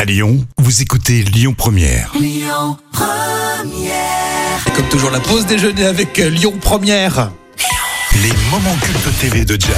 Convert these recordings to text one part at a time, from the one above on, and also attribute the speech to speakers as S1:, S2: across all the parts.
S1: À Lyon, vous écoutez Lyon Première.
S2: Comme toujours, la pause déjeuner avec euh, Lyon Première.
S1: Les moments cultes TV de Jam.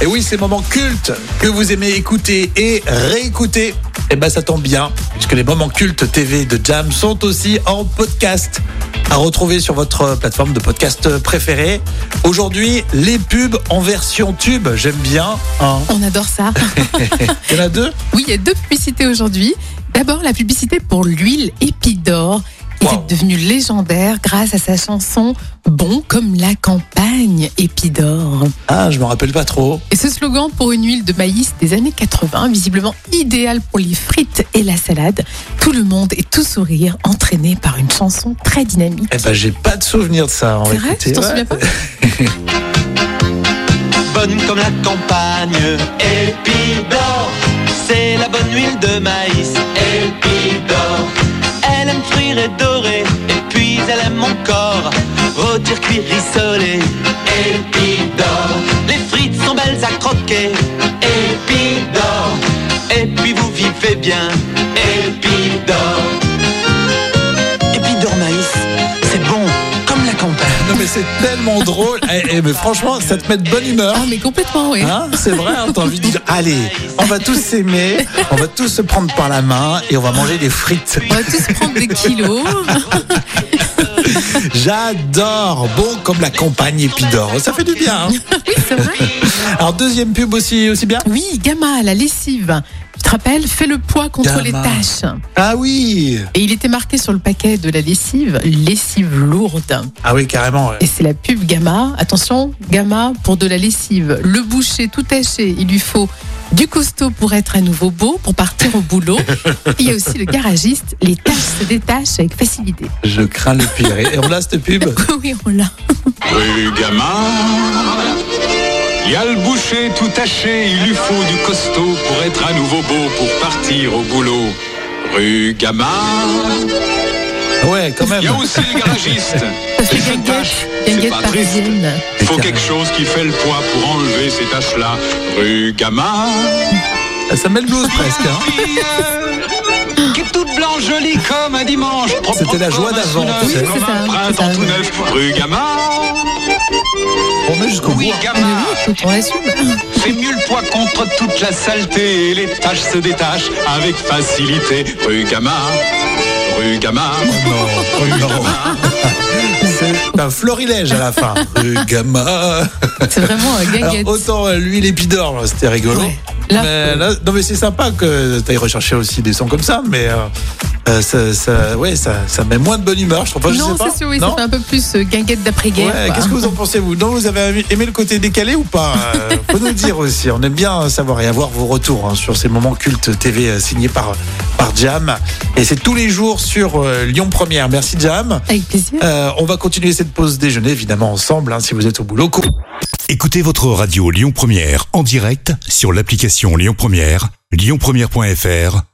S2: Et oui, ces moments cultes que vous aimez écouter et réécouter, eh ben ça tombe bien, puisque les moments cultes TV de Jam sont aussi en podcast à retrouver sur votre plateforme de podcast préférée. Aujourd'hui, les pubs en version tube, j'aime bien. hein.
S3: On adore ça.
S2: Il y en a deux
S3: Oui, il y a deux publicités aujourd'hui. D'abord, la publicité pour l'huile Épidore, qui
S2: Wow.
S3: est devenue légendaire grâce à sa chanson Bon comme la campagne Épidore.
S2: Ah, je m'en rappelle pas trop.
S3: Et ce slogan pour une huile de maïs des années 80, visiblement idéale pour les frites et la salade, tout le monde est tout sourire, entraîné par une chanson très dynamique.
S2: Eh ben, j'ai pas de souvenir de ça. On va
S3: C'est vrai
S2: écouter.
S3: Tu t'en
S2: Ouais.
S3: souviens pas
S4: bonne comme la campagne. Épidore, c'est la bonne huile de maïs. Épidore, elle aime frire et dorer, et puis elle aime mon corps. Rôtir, cuire, rissoler. Épidore, les frites sont belles à croquer. Épidore, et puis vous vivez bien. Épidore, Épidore maïs, c'est bon comme la campagne.
S2: Non, mais c'est tellement drôle. Eh, eh, mais franchement, ça te met de bonne humeur.
S3: Ah, mais complètement, oui.
S2: Hein, c'est vrai, hein, t'as envie de dire allez, on va tous s'aimer, on va tous se prendre par la main et on va manger des frites.
S3: On va tous prendre des kilos.
S2: J'adore, bon comme la campagne Épidore, ça fait du bien. hein.
S3: oui, c'est vrai.
S2: Alors deuxième pub aussi aussi bien.
S3: Oui, Gamma, la lessive. Tu te rappelles Fais le poids contre
S2: Gamma.
S3: les tâches.
S2: Ah oui,
S3: Et il était marqué sur le paquet de la lessive, lessive lourde.
S2: ah oui carrément. ouais.
S3: Et c'est la pub Gamma. Attention, Gamma pour de la lessive. Le boucher tout taché, il lui faut du costaud pour être à nouveau beau, pour partir au boulot. Et il y a aussi le garagiste, les tâches se détachent avec facilité.
S2: Je crains le pire. Et on a cette pub.
S3: oui, on l'a.
S5: Rue gamin, y a le boucher tout taché, il lui faut du costaud pour être à nouveau beau, pour partir au boulot. Rue gamin,
S2: Ouais quand même.
S5: y a aussi le garagiste.
S3: Ça fait
S5: Les jeunes
S3: guinguette,
S5: tâches, c'est
S3: guinguette
S5: pas triste.
S3: parisienne.
S5: Faut quelque chose qui fait le poids pour enlever ces tâches-là. Rue gamin.
S2: Ça met le blues presque. hein.
S5: Qui est toute blanche, jolie comme un dimanche. propre
S2: C'était la joie
S5: comme un
S2: d'avant,
S5: soleil,
S2: tu sais.
S3: Oui, c'est
S5: Comme
S3: ça,
S5: un
S3: c'est
S5: printemps
S3: ça.
S5: tout neuf. Rue gamin.
S2: On met jusqu'au bout.
S5: Oui,
S3: Ah, mais
S5: gamin.
S3: oui, écoute, on assume.
S5: Fais mieux le poids contre toute la saleté et les tâches se détachent avec facilité. Rue Gama, rue Gama,
S2: Non, non. C'est un florilège à la fin. Le gamin.
S3: C'est vraiment euh,
S2: Alors,
S3: guinguette.
S2: autant euh, l'huile épidore, c'était rigolo.
S3: Ouais. Là,
S2: mais, là, non, mais c'est sympa que tu ailles rechercher aussi des sons comme ça, mais euh, euh, ça, ça- ouais, ça, ça met moins de bonne humeur, oh, je trouve. Enfin, je
S3: non,
S2: sais pas.
S3: c'est sûr, oui, ça
S2: non
S3: fait un peu plus euh, guinguette d'après-guerre.
S2: Ouais,
S3: quoi.
S2: qu'est-ce que vous en pensez, vous Non, vous avez aimé le côté décalé ou pas Euh, Faut nous le dire aussi. On aime bien savoir et avoir vos retours hein, sur ces moments cultes TV euh, signés par, par Jam. Et c'est tous les jours sur euh, Lyon Première. Merci, Jam.
S3: Avec plaisir.
S2: Euh, on va continuer cette pause déjeuner, évidemment, ensemble, hein, si vous êtes au boulot. Cou-
S1: Écoutez votre radio Lyon Première en direct sur l'application Lyon Première, lyonpremière.fr